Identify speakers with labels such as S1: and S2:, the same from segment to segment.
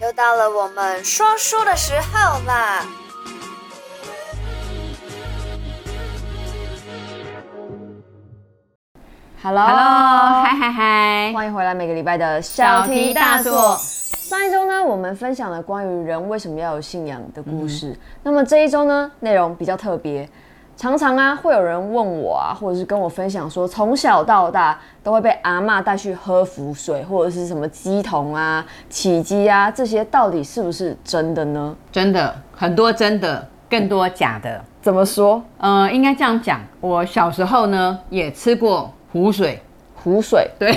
S1: 又到了我们说书的时候啦！
S2: Hello，,
S3: Hello，嗨嗨嗨！
S2: 欢迎回来每个礼拜的
S3: 小题大做
S2: 上一周呢，我们分享了关于人为什么要有信仰的故事。那么这一周呢，内容比较特别。常常啊，会有人问我啊，或者是跟我分享说，从小到大都会被阿嬷带去喝符水，或者是什么鸡童啊、起鸡啊，这些到底是不是真的呢？
S3: 真的很多真的，更多假的。
S2: 怎么说？
S3: 呃，应该这样讲，我小时候呢也吃过湖水，
S2: 湖水、
S3: 对，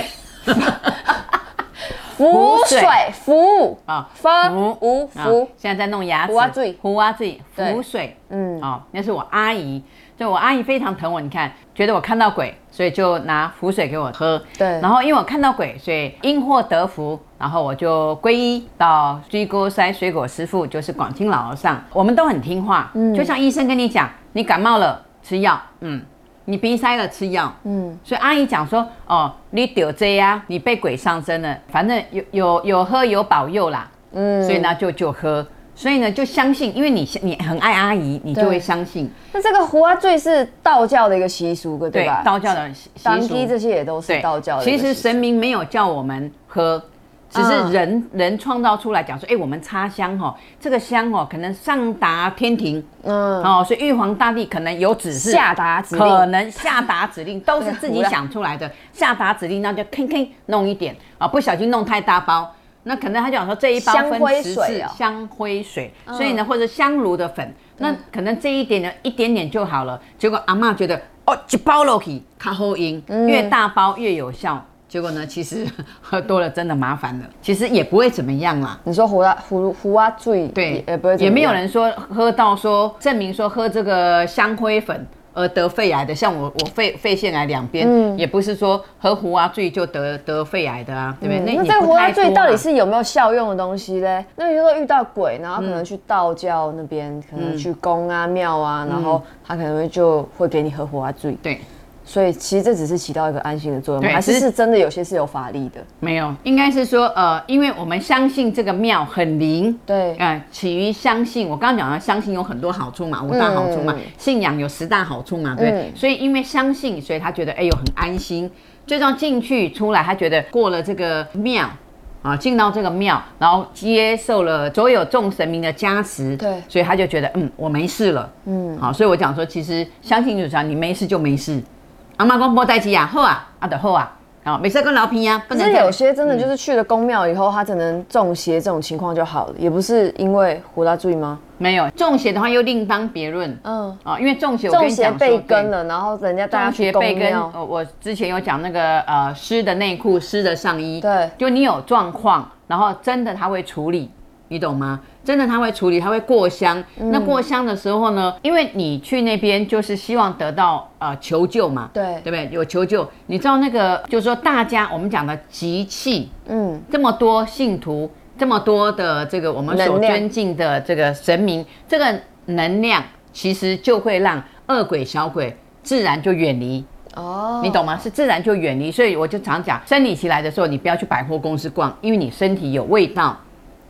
S2: 符水
S3: 水、
S2: 服务
S3: 啊
S2: 分
S3: 湖
S2: 无服
S3: 啊，现在在弄牙齿，
S2: 胡啊醉
S3: 湖啊醉，
S2: 对
S3: 湖水，
S2: 嗯，
S3: 哦，那是我阿姨，就我阿姨非常疼我，你看，觉得我看到鬼，所以就拿符水给我喝。
S2: 对
S3: 然后因为我看到鬼，所以因祸得福，然后我就皈依到居沟塞水果师傅，就是广清老和尚。我们都很听话，
S2: 嗯
S3: 就像医生跟你讲，你感冒了吃药，嗯，你鼻塞了吃药，
S2: 嗯，
S3: 所以阿姨讲说，哦，你得这呀，你被鬼上身了，反正有有有喝有保佑啦，
S2: 嗯
S3: 所以呢就就喝。所以呢，就相信，因为你你很爱阿姨，你就
S2: 对
S3: 会相信。
S2: 那这个胡阿醉是道教的一个习俗，对
S3: 对
S2: 吧？
S3: 道教的习
S2: 当
S3: 习
S2: 地这
S3: 俗，
S2: 些也都是
S3: 对
S2: 道教的一
S3: 其
S2: 个习俗。
S3: 实神明没有叫我们喝，只
S2: 嗯
S3: 是人、人创造出来讲说，哎、我们插香哦，这个香哦，可能上达天庭、
S2: 嗯，
S3: 哦，所以玉皇大帝可能有指示，
S2: 下达指
S3: 可
S2: 令，啊
S3: 能下达指令都是自己想出来的，下达指令那就吭吭弄一点啊，不小心弄太大包。那可能他讲说这一包
S2: 香
S3: 分
S2: 灰
S3: 十
S2: 水
S3: 次
S2: 哦嗯
S3: 香灰水，所以呢或者香炉的粉，那可能这一点呢一点点就好了。结果阿嬷觉得哦一包落去卡后音，
S2: 嗯
S3: 越大包越有效。结果呢其实 喝多了真的麻烦了，其实也不会怎么样啦。
S2: 你说胡阿胡胡阿醉，
S3: 对，
S2: 也不会怎么样
S3: 也没有人说喝到说证明说喝这个香灰粉而得肺癌的，像我我肺肺腺癌两边，
S2: 嗯
S3: 也不是说喝胡啊醉就得得肺癌的啊，对
S2: 嗯
S3: 不对？
S2: 那
S3: 也
S2: 这个
S3: 不
S2: 胡阿
S3: 太多
S2: 醉
S3: 啊
S2: 到底是有没有效用的东西嘞？那比如说遇到鬼，然后可能去道教那边，可能去宫啊庙啊，
S3: 嗯
S2: 然后他可能会就会给你喝胡阿醉，
S3: 对，
S2: 所以其实这只是起到一个安心的作用吗，
S3: 对
S2: 还是
S3: 只是
S2: 是真的有些是有法力的？
S3: 没有，应该是说呃，因为我们相信这个庙很灵，
S2: 对
S3: 呃，起于相信。我刚刚讲了，相信有很多好处嘛，五大好处嘛，
S2: 嗯
S3: 信仰有十大好处嘛，对不对。所以因为相信，所以他觉得哎呦很安心。最终进去出来，他觉得过了这个庙。啊，进到这个庙，然后接受了所有众神明的加持，
S2: 对
S3: 所以他就觉得，嗯，我没事了，嗯，好、所以我讲说，其实相信就是啥，你没事就没事。阿妈讲莫代志啊，好啊，啊的好啊，啊，没事跟老皮啊，不
S2: 可
S3: 能
S2: 是
S3: 再
S2: 有些真的就是去了宫庙以后，他只能中邪这种情况就好了，也不是因为胡大醉吗？
S3: 没有中邪的话又另当别论。
S2: 嗯，
S3: 啊，因为中邪我
S2: 中
S3: 跟你
S2: 邪
S3: 讲说
S2: 被跟，了，然后人家
S3: 对
S2: 带他
S3: 中
S2: 去
S3: 邪
S2: 宫
S3: 被跟。
S2: 庙，
S3: 呃，我之前有讲那个呃湿的内裤、湿的上衣，
S2: 对
S3: 就你有状况，然后真的他会处理。你懂吗？真的他会处理，他会过香。
S2: 嗯
S3: 那过香的时候呢，因为你去那边就是希望得到呃求救嘛，
S2: 对
S3: 对不对？有求救，你知道那个就是说大家我们讲的集气，
S2: 嗯，
S3: 这么多信徒，这么多的这个我们所
S2: 能量
S3: 尊敬的这个神明，这个能量其实就会让恶鬼、小鬼自然就远离，
S2: 哦，
S3: 你懂吗？是自然就远离。所以我就常讲，生理期来的时候，你不要去百货公司逛，因为你身体有味道，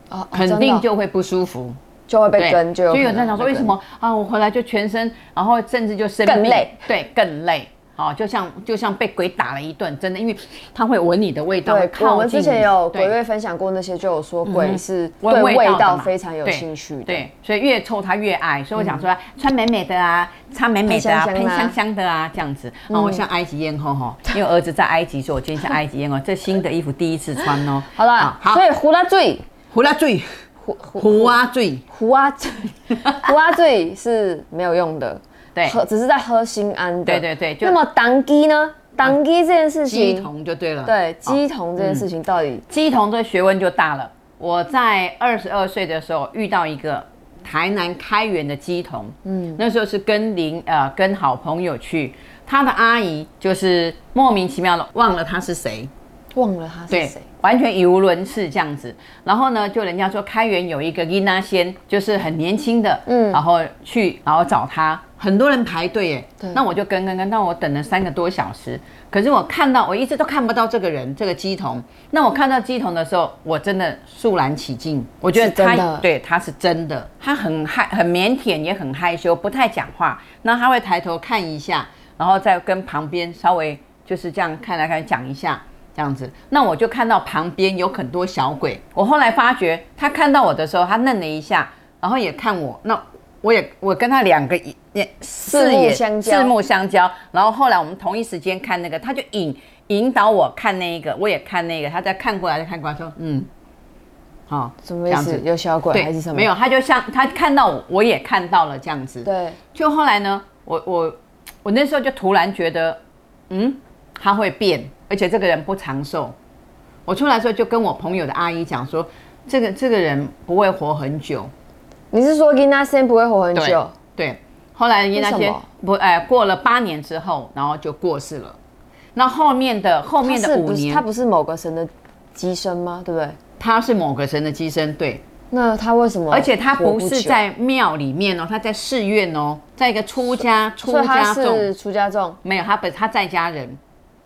S2: 哦，哦
S3: 肯
S2: 真的
S3: 定
S2: 哦
S3: 就会不舒服。
S2: 就会被
S3: 对
S2: 跟，就有
S3: 所以有
S2: 可
S3: 在
S2: 能
S3: 想说，
S2: 被
S3: 为
S2: 跟
S3: 什么啊？我回来就全身，然后甚至就生病
S2: 更累，
S3: 对，更累。哦，就像就像被鬼打了一顿，真的，因为他会闻你的味道，会靠近
S2: 我们之前
S3: 你
S2: 有
S3: 对嗯
S2: 鬼月分享过那些，就有说鬼是对
S3: 闻
S2: 味
S3: 的
S2: 道
S3: 嘛
S2: 非常有
S3: 对
S2: 兴趣的。嗯
S3: 对，所以越臭他越爱，所以我讲说穿美美的啊，擦美美的啊，
S2: 喷香香的啊嗯
S3: 喷香香的啊，这样子。哦，我像埃及艳后哈，因为我儿子在埃及，所以我今天像埃及艳后，这新的衣服第一次穿哦。
S2: 好了，
S3: 好
S2: 所，以胡拉醉，
S3: 胡拉醉，
S2: 胡胡
S3: 胡啊醉，
S2: 胡阿 醉，胡阿醉是没有用的，
S3: 对，
S2: 喝只是在喝心安的。
S3: 对对对就
S2: 那么当机呢？当机这件事
S3: 鸡
S2: 情，
S3: 同就对了。
S2: 对
S3: 好
S2: 鸡同
S3: 嗯
S2: 这件事情到底
S3: 鸡童这学问就大了。我在二十二岁的时候遇到一个台南开元的鸡童，嗯，那时候是跟邻呃跟好朋友去，他的阿姨就是莫名其妙的忘了他是谁，
S2: 忘了他是
S3: 对
S2: 谁？，
S3: 完全语无伦次这样子。然后呢，就人家说开元有一个伊娜仙，就是很年轻的，嗯，然后去然后找他，很多人排队耶
S2: 对，
S3: 那我就跟跟跟，那我等了三个多小时，可是我看到我一直都看不到这个人，这个鸡童。那我看到鸡童的时候，我真的肃然起敬，我觉得
S2: 是真
S3: 他
S2: 的
S3: 对他是真的，他很害很腼腆，也很害羞，不太讲话。那他会抬头看一下，然后再跟旁边稍微就是这样看来看去讲一下。这样子，那我就看到旁边有很多小鬼。我后来发觉，他看到我的时候，他愣了一下，然后也看我。那我也我跟他两个一也视
S2: 目
S3: 野
S2: 相交
S3: 四目相交。然后后来我们同一时间看那个，他就引引导我看那一个，我也看那个，他再看过来再看过来，说嗯，好、
S2: 什么意思？有小鬼
S3: 对，
S2: 还是什么？
S3: 没有，他就像他看到我，我也看到了这样子。
S2: 对，
S3: 就后来呢，我我我那时候就突然觉得，嗯，他会变，而且这个人不长寿。我出来的时候就跟我朋友的阿姨讲说，这个这个人不会活很久。
S2: 你是说 Gina Sen 不会活很久？
S3: 对，后来因为那
S2: 为什
S3: 些
S2: 么
S3: 不哎过了八年之后，然后就过世了。那后面的后面
S2: 他
S3: 的
S2: 是
S3: 五
S2: 不是
S3: 年，
S2: 他不是某个神的机身吗？对不对？
S3: 他是某个神的寄生，对，
S2: 那他为什么？
S3: 而且他不是，在庙里面哦，他在寺院哦，在一个出家出
S2: 所以他
S3: 家众，
S2: 是出家众
S3: 没有他本他在家人，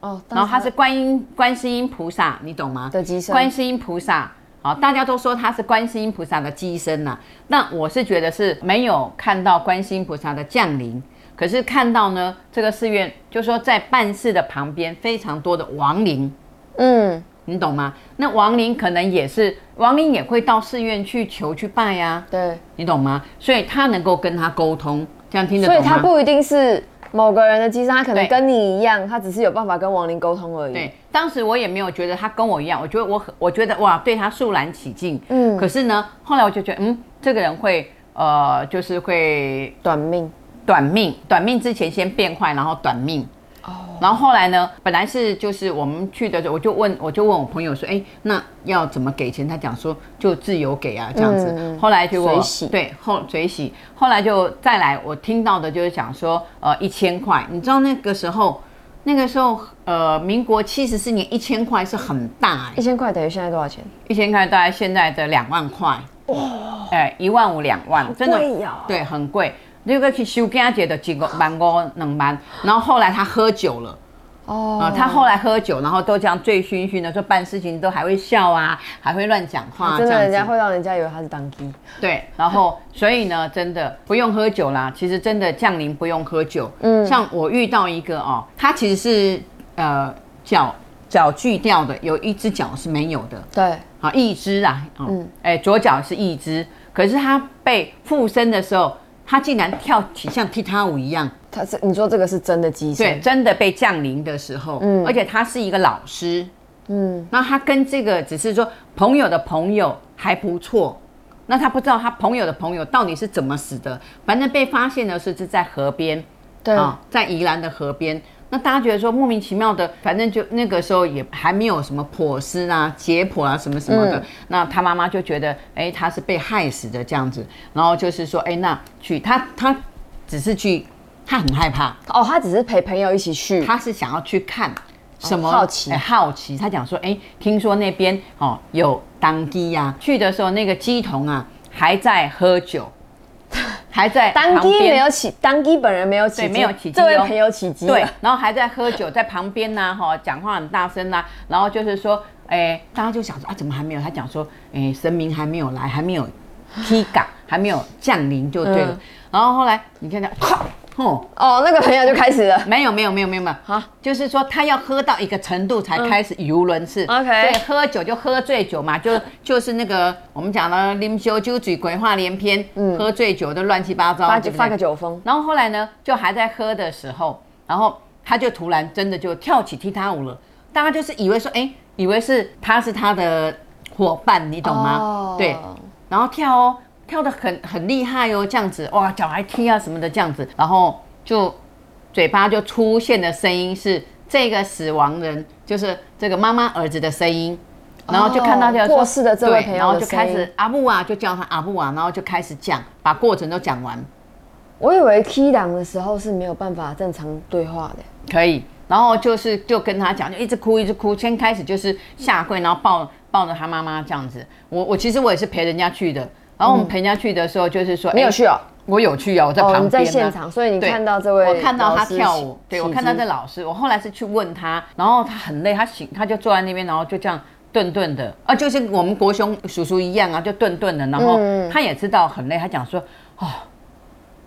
S2: 哦。但
S3: 然后他是观音观世音菩萨，你懂吗？
S2: 的机身
S3: 观世音菩萨，好，大家都说他是观世音菩萨的机身呐、那我是觉得是没有看到观世音菩萨的降临，可是看到呢，这个寺院就说在办事的旁边非常多的亡灵，
S2: 嗯，
S3: 你懂吗？那亡灵可能也是亡灵也会到寺院去求去拜啊呀、
S2: 对，
S3: 你懂吗？所以他能够跟他沟通，这样听得
S2: 所
S3: 懂
S2: 以
S3: 吗？
S2: 他不一定是某个人的机身，他可能
S3: 对
S2: 跟你一样，他只是有办法跟亡灵沟通而已。
S3: 对，当时我也没有觉得他跟我一样，我觉得我很，我觉得哇，对他肃然起敬。
S2: 嗯
S3: 嗯，可是呢，后来我就觉得，嗯，这个人会，呃，就是会
S2: 短命，
S3: 短命，短命之前先变坏，然后短命。哦。然后后来呢，本来是就是我们去的时候，我就问，我就问我朋友说，哎，那要怎么给钱？他讲说就自由给啊，这样子。
S2: 嗯
S3: 后来结果
S2: 随喜
S3: 对后随喜，后来就再来，我听到的就是讲说，呃，一千块，你知道那个时候。那个时候，呃，民国七十四年，一千块是很大、欸
S2: 一，千块等于现在多少钱？
S3: 一千块大概现在的两万块，哇，哎，一万五两万，真的
S2: 贵呀
S3: 对，很贵。那个去修家姐的几个万五两万，然后后来他喝酒了。
S2: 哦
S3: 啊、他后来喝酒，然后都这样醉醺醺的，说办事情都还会笑啊，还会乱讲话，
S2: 啊真
S3: 啊这
S2: 的，
S3: 样
S2: 人家
S3: 子
S2: 会让人家以为他是当机。
S3: 对，然后所以呢，真的不用喝酒啦。其实真的降临不用喝酒。嗯，像我遇到一个哦，他其实是呃脚脚锯掉的，有一只脚是没有的，
S2: 对，
S3: 好一只啊，嗯，哎左脚是一只，可是他被附身的时候，他竟然跳起像踢踏舞一样，
S2: 他是你说这个是真的机
S3: 对，
S2: 身，
S3: 真的被降临的时候，嗯，而且他是一个老师，
S2: 嗯，
S3: 那他跟这个只是说朋友的朋友还不错，那他不知道他朋友的朋友到底是怎么死的，反正被发现的是是在河边，
S2: 对，
S3: 啊在宜兰的河边。那大家觉得说莫名其妙的，反正就那个时候也还没有什么剖尸啊、解剖啊什么什么
S2: 嗯
S3: 的。那他妈妈就觉得，哎、他是被害死的这样子，然后就是说，哎、那去他他只是去，他很害怕，
S2: 哦，他只是陪朋友一起去，
S3: 他是想要去看什么、
S2: 哦好奇
S3: 哎好奇。他讲说，哎、听说那边哦有当机呀、去的时候那个鸡童啊还在喝酒，还在
S2: 当
S3: 旁
S2: 机
S3: 边
S2: 没有起，当机本人没有起机，
S3: 对没有起机
S2: 这位
S3: 哦
S2: 朋友起机，
S3: 对，，然后还在喝酒，在旁边呐、哈，讲话很大声呐、然后就是说，哎，大家就想说啊，怎么还没有？他讲说，哎，神明还没有来，还没有踢岗，还没有降临就对了。
S2: 嗯
S3: 然后后来你看他，啪，哦，
S2: 哦，那个朋友就开始了，
S3: 没有没有没有没有没有
S2: 啊
S3: 啊，就是说他要喝到一个程度才开始语无伦次。
S2: OK
S3: 对，喝酒就喝醉酒嘛，就就是那个我们讲的啉酒酒醉鬼话连篇，喝醉酒都乱七八糟，
S2: 发
S3: 对不对
S2: 发个酒疯，
S3: 然后后来呢，就还在喝的时候，然后他就突然真的就跳起踢踏舞了。大家就是以为说，哎，以为是他是他的伙伴，你懂吗？
S2: 哦
S3: 对，然后跳哦，跳得很很厉害哦，这样子哇，脚还踢啊什么的这样子，然后就嘴巴就出现的声音是这个死亡人，就是这个妈妈儿子的声音。然后就看到就
S2: 哦
S3: 说
S2: 过世的这位
S3: 对
S2: 朋友的
S3: 然后就开
S2: 声音
S3: 始阿布啊，就叫他阿布啊，然后就开始讲，把过程都讲完。
S2: 我以为 key 档的时候是没有办法正常对话的，
S3: 可以。然后就是就跟他讲，就一直哭一直哭。先开始就是下跪，然后抱抱着他妈妈这样子。我我其实我也是陪人家去的。然后我们陪人家去的时候，就是说、
S2: 嗯你有
S3: 哎
S2: 去哦？
S3: 我有去啊，我在
S2: 哦
S3: 旁边、啊
S2: 你在现场所以你
S3: 对
S2: 看到这位
S3: 我看到他
S2: 老师
S3: 跳
S2: 起
S3: 舞，对
S2: 起
S3: 我看到
S2: 姿
S3: 这老师，我后来是去问他，然后他很累，他醒，他就坐在那边，然后就这样顿顿的，啊，就像我们国雄叔叔一样啊，就顿顿的，然后
S2: 嗯
S3: 他也知道很累，他讲说，哦。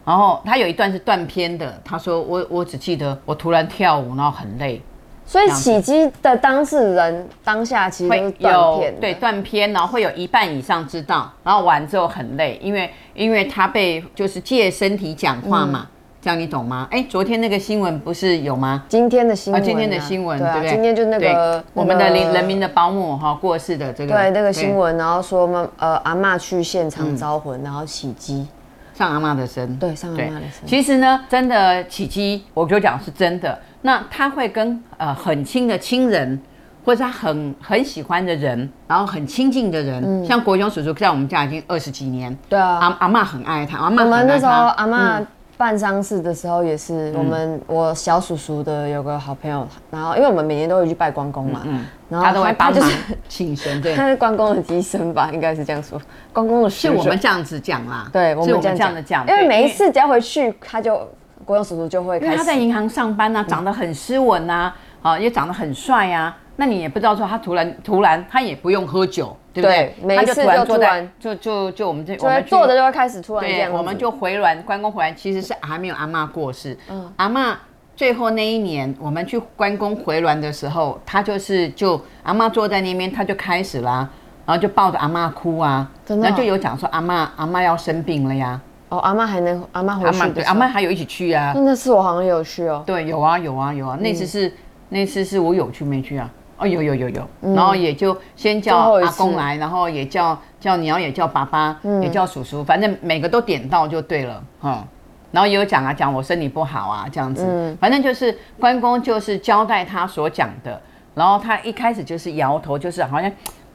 S3: 然后他有一段是断片的，他说我我只记得我突然跳舞，然后很累，
S2: 所以
S3: 这样子
S2: 起机的当事人当下其实都是
S3: 会
S2: 断
S3: 有
S2: 片的，
S3: 对断片，然后会有一半以上知道，然后完之后很累，因为因为他被就是借身体讲话
S2: 嗯
S3: 嘛，这样你懂吗？哎，昨天那个新闻不是有吗？
S2: 今天的新闻、
S3: 啊，今天的新闻，
S2: 对
S3: 对
S2: 啊，
S3: 不对？
S2: 今天就那
S3: 对
S2: 个
S3: 我们的
S2: 那个
S3: 人人民的保姆哈过世的这个，
S2: 对那个新闻，然后说妈呃阿嬷去现
S3: 嗯
S2: 场招魂，然后起机，
S3: 上阿妈的身，
S2: 对上阿嬷的身
S3: 其实呢，真的起机，我就讲是真的。那他会跟呃很亲的亲人，或者他很很喜欢的人，然后很亲近的人，
S2: 嗯
S3: 像国雄叔叔在我们家已经二十几年，
S2: 对啊
S3: 阿阿妈很爱他，阿妈
S2: 我
S3: 很爱他。
S2: 们
S3: 嗯
S2: 那时候阿嬷办丧事的时候也是，我们我小叔叔的有个好朋友，然后因为我们每年都会去拜关公嘛，然后
S3: 嗯他都会帮
S2: 就
S3: 忙
S2: 是
S3: 请 神，对。
S2: 他是关公的机身吧，应该是这样说，关公的
S3: 是
S2: 使
S3: 我
S2: 者
S3: 们这样子讲啦，
S2: 对我
S3: 是
S2: 们这样
S3: 这样子讲，
S2: 因为
S3: 对
S2: 每一次只要回去，他就国用叔叔就会
S3: 因为
S2: 开
S3: 他在
S2: 始。嗯
S3: 银行上班呐、啊长得很斯文呐、啊，也长得很帅啊。那你也不知道说他突然突然他也不用喝酒，对不对？
S2: 对每一
S3: 他
S2: 次
S3: 突然
S2: 就
S3: 坐
S2: 突
S3: 在
S2: 然
S3: 就就就我们这我
S2: 就会
S3: 们去
S2: 坐着就会开始突然这
S3: 对，
S2: 样子，
S3: 我们就回銮关公回銮，其实是还没有阿嬷过世。
S2: 嗯
S3: 阿嬷最后那一年，我们去关公回銮的时候，他就是就阿嬷坐在那边，他就开始啦，然后就抱着阿嬷哭啊，
S2: 真的哦
S3: 然后就有讲说阿嬷阿嬷要生病了呀，
S2: 哦，阿妈还能阿妈回
S3: 阿
S2: 去
S3: 嬷
S2: 的
S3: 对
S2: 时候
S3: 阿嬷还有一起去啊，
S2: 那那次我好像也有去哦，嗯
S3: 对，有啊，有啊，有啊。那次是、那次是我有去没去啊？哦，有有有有。然后也就先叫
S2: 嗯最后一
S3: 阿公
S2: 次嗯
S3: 来，然后也叫叫你要也叫爸爸，也叫叔叔，反正每个都点到就对了，嗯。然后也有讲啊，讲我身体不好啊，这样子，
S2: 嗯
S3: 反正就是关公就是交代他所讲的，然后他一开始就是摇头，就是好像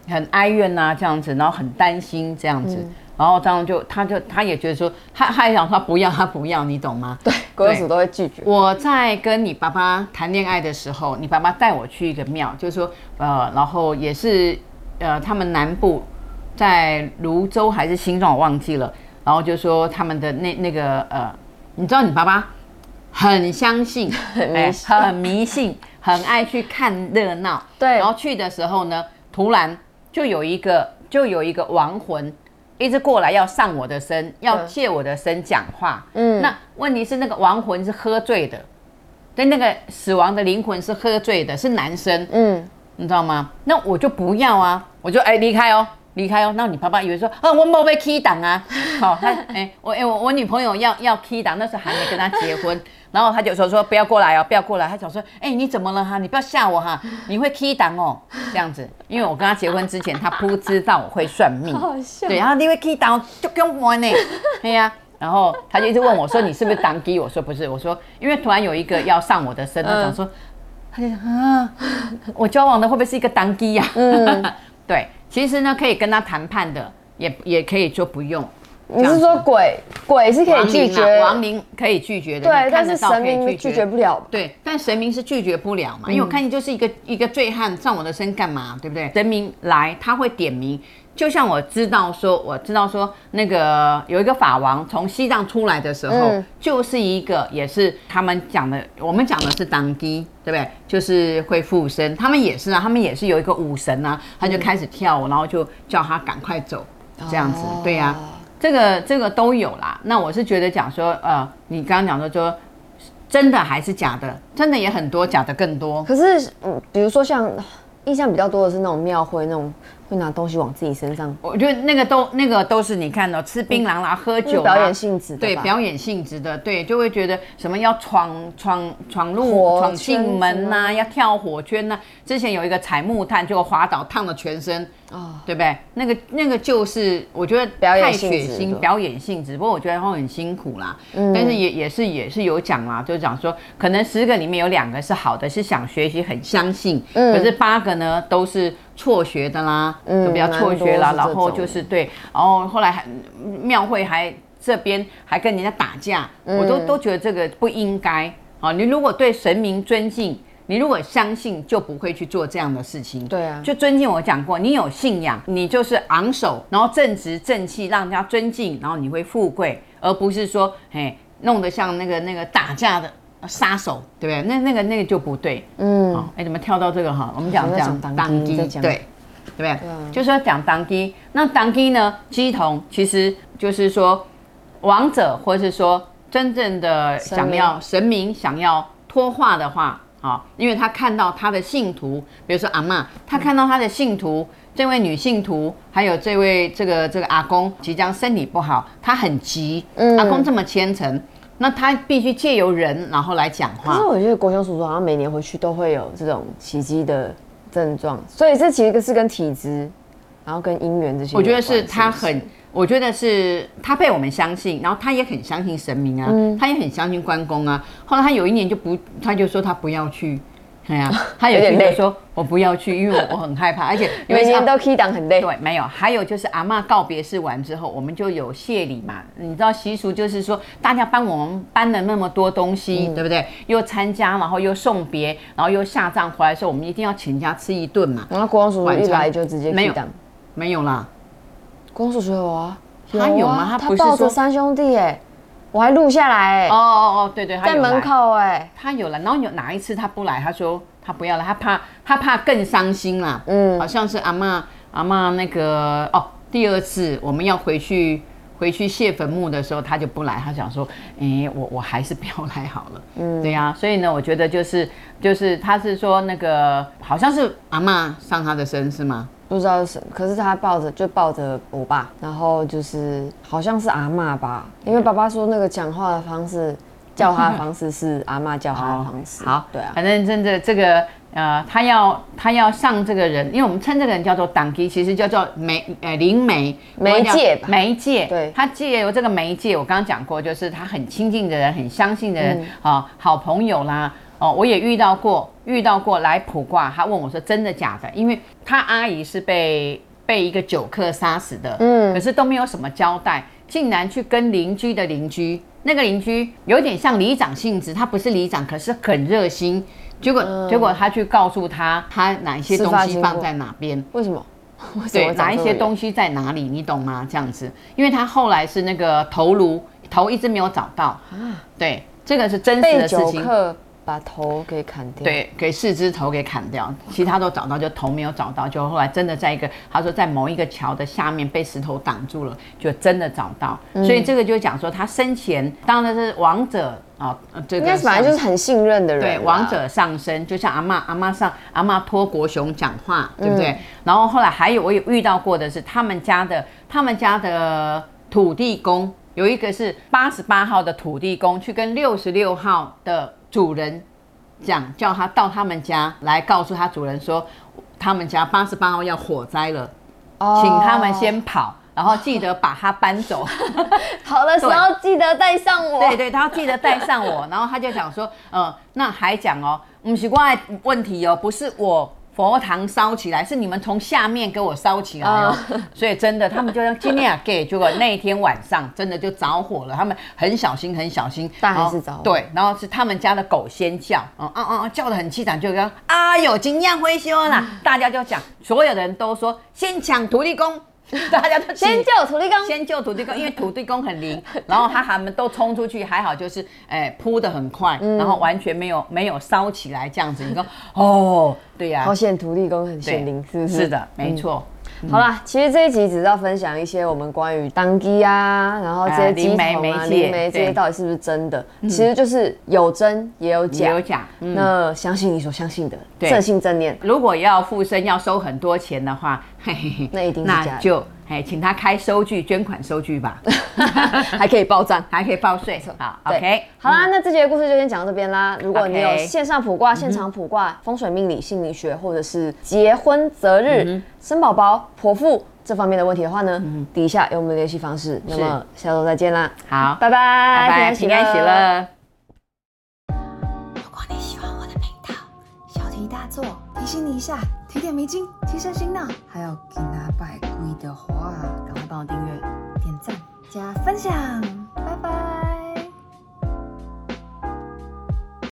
S3: 很哀怨呐、这样子，然后很担心这样子，
S2: 嗯
S3: 然后当然就他就他也觉得说，他他也想说他不要他不要，你懂吗？对
S2: 国用叔都会拒绝。
S3: 我在跟你爸爸谈恋爱的时候，你爸爸带我去一个庙，就是说，呃，然后也是，呃，他们南部在泸州还是新庄，我忘记了。然后就说他们的那那个呃，你知道你爸爸很相 信，很
S2: 迷信
S3: 很迷信，很爱去看热闹。
S2: 对
S3: 然后去的时候呢，突然就有一个就有一个亡魂。一直过来要上我的身，要
S2: 对
S3: 借我的身讲话。嗯，那问题是那个亡魂是喝醉的，对，那个死亡的灵魂是喝醉的，是男生，
S2: 嗯，
S3: 你知道吗？那我就不要啊，我就哎离、开哦，离开哦。那你爸爸以为说，啊，我没被 key 档啊， 好、他哎、我哎、我我女朋友要要 key 档，那时候还没跟他结婚， 然后他就说说不要过来哦，不要过来。他想说，哎、你怎么了哈？你不要吓我哈，你会 key 档哦，这样子，因为我跟他结婚之前，他不知道我会算命，
S2: 好笑
S3: 对，然后你会 key 档就跟我 呢，对呀、然后他就一直问我说：“你是不是当机？”我说：“不是。”我说：“因为突然有一个要上我的身，他想说，
S2: 嗯
S3: 他就想啊，我交往的会不会是一个当机呀？嗯， 对，其实呢，可以跟他谈判的，也也可以说不用。
S2: 你是说鬼鬼是可以拒绝？
S3: 亡灵可以拒绝的，
S2: 对，
S3: 你
S2: 但
S3: 看得
S2: 是
S3: 到可
S2: 神
S3: 以
S2: 明是拒绝不了。
S3: 对，但神明是拒绝不了嘛，因为我看你就是一个一个醉汉上我的身干嘛，对不对？神明来他会点名，就像我知道说，我知道说那个有一个法王从西藏出来的时候，
S2: 嗯
S3: 就是一个也是他们讲的，我们讲的是当机，对不对？就是会附身，他们也是啊，他们也是有一个武神啊，他就开始跳舞，然后就叫他赶快走，这样子，对呀、这个这个都有啦。那我是觉得讲说，呃，你刚刚讲说说真的还是假的？真的也很多，假的更多。
S2: 可是，嗯，比如说像印象比较多的是那种庙会那种会拿东西往自己身上，
S3: 我觉得那个都那个都是你看哦，吃槟榔啦、喝酒啦
S2: 表演性质的
S3: 对
S2: 吧
S3: 表演性质的，对就会觉得什么要闯闯闯入、
S2: 火
S3: 闯
S2: 圈啊
S3: 进门呐、
S2: 什么
S3: 要跳火圈呐、之前有一个踩木炭，结果滑倒烫了全身，
S2: 哦
S3: 对不对？那个那个就是我觉得
S2: 表演
S3: 太
S2: 性
S3: 血
S2: 质嗯
S3: 腥，
S2: 的
S3: 表演性质。不过我觉得他很辛苦啦，但是也也是也是有讲啦，就是讲说可能十个里面有两个是好的，是想学习很相信，可是八个呢都是辍学的啦，
S2: 嗯
S3: 就比较辍学啦，
S2: 蛮多是这
S3: 然后
S2: 种
S3: 就是对，然后后来还庙会还这边还跟人家打架，我都都觉得这个不应该啊。你如果对神明尊敬，你如果相信，就不会去做这样的事情。
S2: 对啊
S3: 就尊敬我讲过，你有信仰，你就是昂首，然后正直正气，让人家尊敬，然后你会富贵，而不是说，嘿，弄得像那个那个打架的杀手，对不对？那那个那个就不对。
S2: 嗯，
S3: 好，哎，怎么跳到这个哈？我们
S2: 我
S3: 讲
S2: 们在
S3: 讲
S2: 讲当
S3: 当
S2: 机
S3: 机，
S2: 在
S3: 对
S2: 讲
S3: 对不对？
S2: 啊
S3: 就是说讲当机，那当机呢，鸡同其实就是说王者，或是说真正的
S2: 神
S3: 想
S2: 明
S3: 要神明想要托化的话，啊、因为他看到他的信徒，比如说阿嬷，他看到他的信徒，这位女信徒，还有这位这个这个阿公即将身体不好，他很急，
S2: 嗯
S3: 阿公这么虔诚，那他必须借由人然后来讲
S2: 可
S3: 话
S2: 是。我觉得国雄叔叔好像每年回去都会有这种奇迹的症状，所以这其实是跟体质，然后跟姻缘这些有关。
S3: 我觉得是他
S2: 不是
S3: 很，我觉得是他被我们相信，然后他也很相信神明啊，
S2: 嗯
S3: 他也很相信关公啊。后来他有一年就不，他就说他不要去。哎呀、他有 一
S2: 有
S3: 天
S2: 点
S3: 就
S2: 累
S3: 说：“我不要去，因为我我很害怕， 而且因为
S2: 每年
S3: 他
S2: 都 key 档很累。
S3: 对，没有。还有就是阿嬷告别式完之后，我们就有谢礼嘛。你知道习俗就是说，大家帮我们搬了那么多东西，对不对？又参加，然后又送别，然后又下葬回来的时候，我们一定要请人家吃一顿嘛。
S2: 然后国雄叔叔
S3: 晚
S2: 一
S3: 餐
S2: 来就直接
S3: 没
S2: key
S3: 有
S2: 档，
S3: 没有啦，
S2: 国雄叔叔有啊，
S3: 他有吗
S2: 啊
S3: 他
S2: 他
S3: 不是
S2: 抱着
S3: 说
S2: 三兄弟哎，我还录下来哎，
S3: 哦哦哦，对对，他
S2: 在
S3: 有来
S2: 门口哎，
S3: 他有了，然后有哪一次他不来，他说他不要了，他怕他怕更伤心啦。
S2: 嗯
S3: 嗯，好像是阿嬷阿嬷那个哦，第二次我们要回去回去卸坟墓的时候，他就不来，他想说，哎、我我还是不要来好了。嗯，对呀、所以呢，我觉得就是就是他是说那个好像是阿嬷上他的身是吗？
S2: 不知道是什么，可是他抱着就抱着我爸，然后就是好像是阿嬷吧，因为爸爸说那个讲话的方式，叫他的方式是阿嬷叫他的方式。
S3: 嗯好，
S2: 对啊，
S3: 反正真的这个呃，他要他要上这个人，因为我们称这个人叫做党基，其实叫做媒呃灵媒
S2: 媒介吧
S3: 媒介。
S2: 对
S3: 他借由这个媒介，我刚刚讲过，就是他很亲近的人，很相信的人
S2: 嗯
S3: 啊、好朋友啦。哦，我也遇到过，遇到过来卜卦，他问我说真的假的，因为他阿姨是被被一个酒客杀死的，
S2: 嗯
S3: 可是都没有什么交代，竟然去跟邻居的邻居，那个邻居有点像里长性质，他不是里长，可是很热心。结果、结果他去告诉他，他哪一些
S2: 嗯事
S3: 东
S2: 发
S3: 西
S2: 经
S3: 放
S2: 过
S3: 在哪边，
S2: 为什么？为什么
S3: 对，
S2: 会长
S3: 哪一
S2: 这
S3: 些
S2: 么
S3: 东西在哪里，你懂吗？这样子，因为他后来是那个头颅头一直没有找到，对，这个是真实
S2: 啊远被
S3: 的事
S2: 酒
S3: 情。
S2: 客把头给砍掉？，
S3: 对，给四肢头给砍掉，其他都找到，就头没有找到，就后来真的在一个，他说在某一个桥的下面被石头挡住了，就真的找到。所
S2: 嗯
S3: 以这个就讲说他生前当然是王者啊、呃这
S2: 应
S3: 个
S2: 该是本来就是很信任的人啦。
S3: 对王者上身，就像阿嬷阿嬷上阿嬷托国雄讲话，
S2: 嗯
S3: 对不对？然后后来还有我有遇到过的是他们家的他们家的土地公，有一个是八十八号的土地公去跟六十六号的主人讲，叫他到他们家来告诉他主人说，他们家八十八号要火灾了，
S2: 哦，
S3: 请他们先跑，然后记得把他搬走。
S2: 跑的时候记得带上我。
S3: 对对，他要记得带 上我。然后他就讲说，呃，那还讲哦，不是我的问题哦，不是我佛堂烧起来，是你们从下面给我烧起来
S2: 啊
S3: 哦。所以真的，他们就像今天啊 gay，结果那一天晚上真的就着火了。他们很小心，很小心，
S2: 但还
S3: 然后
S2: 是着火
S3: 对，然后是他们家的狗先叫，嗯嗯嗯，叫的很凄惨，就跟啊有金样灰修啦，大家就讲，所有人都说先抢土 地公。大家都
S2: 先
S3: 起
S2: 救土地公。
S3: 先救土地公，因为土地公很灵，然后他他们都冲出去，还好就是哎扑的很快，
S2: 嗯
S3: 然后完全没有没有烧起来这样子。你说哦，对呀、
S2: 好嗯险，土地公很显灵，是不是？
S3: 是的，没错。
S2: 好啦，其实这一集只是要分享一些我们关于当机啊，然后这些
S3: 哎
S2: 机
S3: 灵媒
S2: 筒啊、
S3: 媒介
S2: 灵媒这些
S3: 对嗯
S2: 到底是不是真的，其实就是有真也有
S3: 也
S2: 假
S3: 有。讲，嗯
S2: 那相信你所相信的，
S3: 对
S2: 正信正念。
S3: 如果要附身要收很多钱的话， 嘿嘿嘿，
S2: 那一定是假的
S3: 那就哎，请他开收据捐款收据吧，
S2: 还可以报账。
S3: 还可以报税。好
S2: 对
S3: ，OK，嗯
S2: 好啦，那这节故事就先讲到这边啦。如果你有
S3: OK 嗯
S2: 线上卜卦、现场卜卦、风水命理、心理学，或者是结婚择
S3: 嗯
S2: 日、生宝宝、剖腹这方面的问题的话呢，底下有我们的联系方式。那么下周再见啦，
S3: 好，
S2: 拜拜，
S3: 拜拜，平安喜。乐。
S4: 如果你喜欢我的频道，小题大做，提醒你一下，提点迷津，提升醒脑。还有给拿百贵的话，赶快帮我订阅、点赞、加分享，拜拜。